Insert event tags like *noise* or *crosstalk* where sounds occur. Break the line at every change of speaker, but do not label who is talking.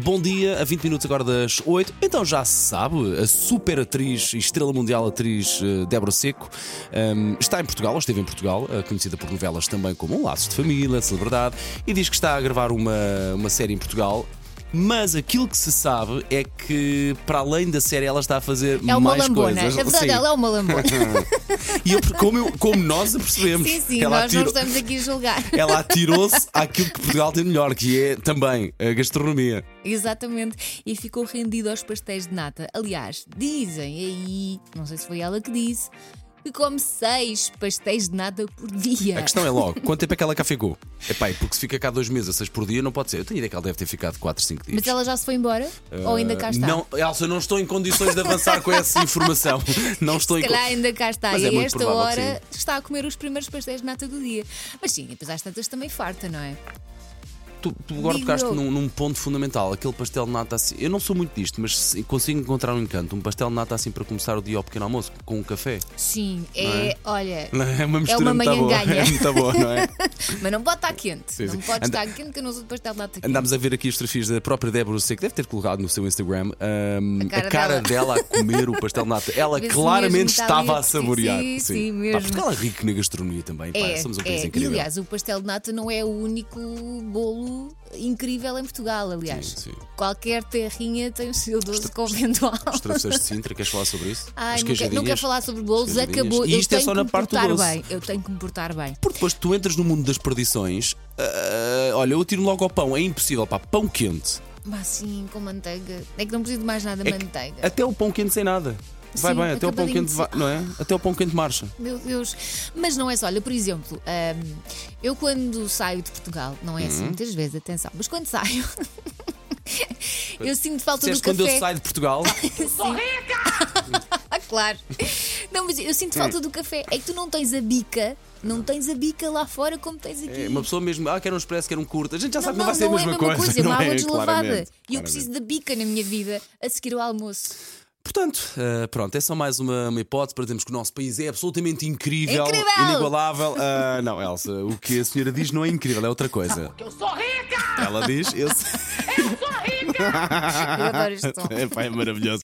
Bom dia, a 20 minutos agora das 8. Então já se sabe, a super atriz e estrela mundial atriz eh, Débora Seco ehm, está em Portugal, ou esteve em Portugal, eh, conhecida por novelas também como Laços de Família, Celebridade, e diz que está a gravar uma, uma série em Portugal. Mas aquilo que se sabe é que, para além da série, ela está a fazer
É uma
mais
lambona.
coisas.
A verdade,
Sim.
ela é
*laughs*
uma lambona.
E eu, como, eu- como nós a percebemos,
*laughs* sim, sim,
ela
nós
atirou-
não estamos aqui a julgar. *laughs*
ela atirou-se àquilo que Portugal tem de melhor, que é também a gastronomia.
Exatamente. E ficou rendido aos pastéis de nata. Aliás, dizem aí, não sei se foi ela que disse, que come seis pastéis de nata por dia.
A questão é logo, quanto tempo é que ela cá ficou? Epá, e porque se fica cá dois meses a seis por dia, não pode ser. Eu tenho a ideia que ela deve ter ficado 4, 5 dias.
Mas ela já se foi embora? Ou ainda cá está?
é Ah, Não, Elsa, não estou em condições de avançar com essa informação.
*laughs*
Não estou
Se
em
calhar
condições.
ainda cá está.
Mas
e
é
a
muito
esta
provável que
hora está a comer os primeiros pastéis de nata do dia. Mas sim, apesar de tantas também farta, não é?
Tu, tu agora
Digo
tocaste
eu.
num, num ponto fundamental, aquele pastel de nata assim. Eu não sou muito disto, mas se- consigo encontrar um encanto. Um pastel de nata assim para começar o dia ao pequeno almoço, com um café.
Sim, é, olha,
*laughs* É uma mistura
uma
muito boa.
manhã-ganha.
*laughs* É muito boa, não é?
mas não pode estar quente.
Sim,
não
sim.
pode
Anda-
estar quente que eu não uso pastel de nata quente.
Andámos a ver aqui as fotografias da própria Débora Seco, deve ter colocado no seu Instagram hum,
A cara
dela. a comer o pastel de nata.
*laughs*
Ela
Vê-se mesmo,
claramente
está
estava
ali.
a saborear.
Sim, sim,
Pá,
mesmo.
Portugal é rico na gastronomia também. pá, somos um país
é. E,
incrível.
aliás, o pastel de nata não é o único bolo incrível em Portugal, aliás.
Sim, sim.
Qualquer terrinha tem o seu doce conventual. *laughs*
Os travesseiros de Sintra, queres falar sobre isso?
Ai,
é As
nunca,
queijadinhas?
nunca falar sobre bolos,
queijadinhas.
acabou.
E
Eu
isto é
tenho
só
que
na
me
parte do
portar
doce.
bem. Eu tenho que me portar bem.
Porque depois tu entras no mundo das perdições. ah, olha, eu tiro logo ao pão, é impossível, pá, pão quente.
Mas sim, com manteiga. É que não preciso de mais nada,
É que
manteiga.
até o pão quente sem nada. Vai
Sim,
bem, até o pão
acabadinho
quente
de-
vai, não é? Até o pão quente marcha.
Meu Deus, mas não é só. Olha, por exemplo, hum, eu quando saio de Portugal, não é
Uhum.
assim muitas vezes, atenção, mas quando saio, *laughs* eu sinto falta do
Disseste
café.
quando eu saio de Portugal.
*laughs* Ah, claro. *laughs* Não, mas eu sinto falta do café. É que tu não tens a bica, não tens a bica lá fora como tens aqui.
É, uma pessoa mesmo, ah, quero um expresso, quero um curto. A gente já sabe que não vai ser
não
a mesma
é a mesma
coisa.
é
não
uma água
é?
deslavada.
Claramente,
E eu
claramente.
preciso da bica na minha vida a seguir ao almoço.
Portanto, eh, pronto, é só mais uma, uma hipótese para dizermos que o nosso país é absolutamente incrível,
Incrível!
inigualável. Ah, não, Elsa, o que a senhora diz não é incrível, é outra coisa.
Eu sou rica!
*laughs*
Ela diz, eu
Eu adoro este som.
*laughs* é, pá, é maravilhoso.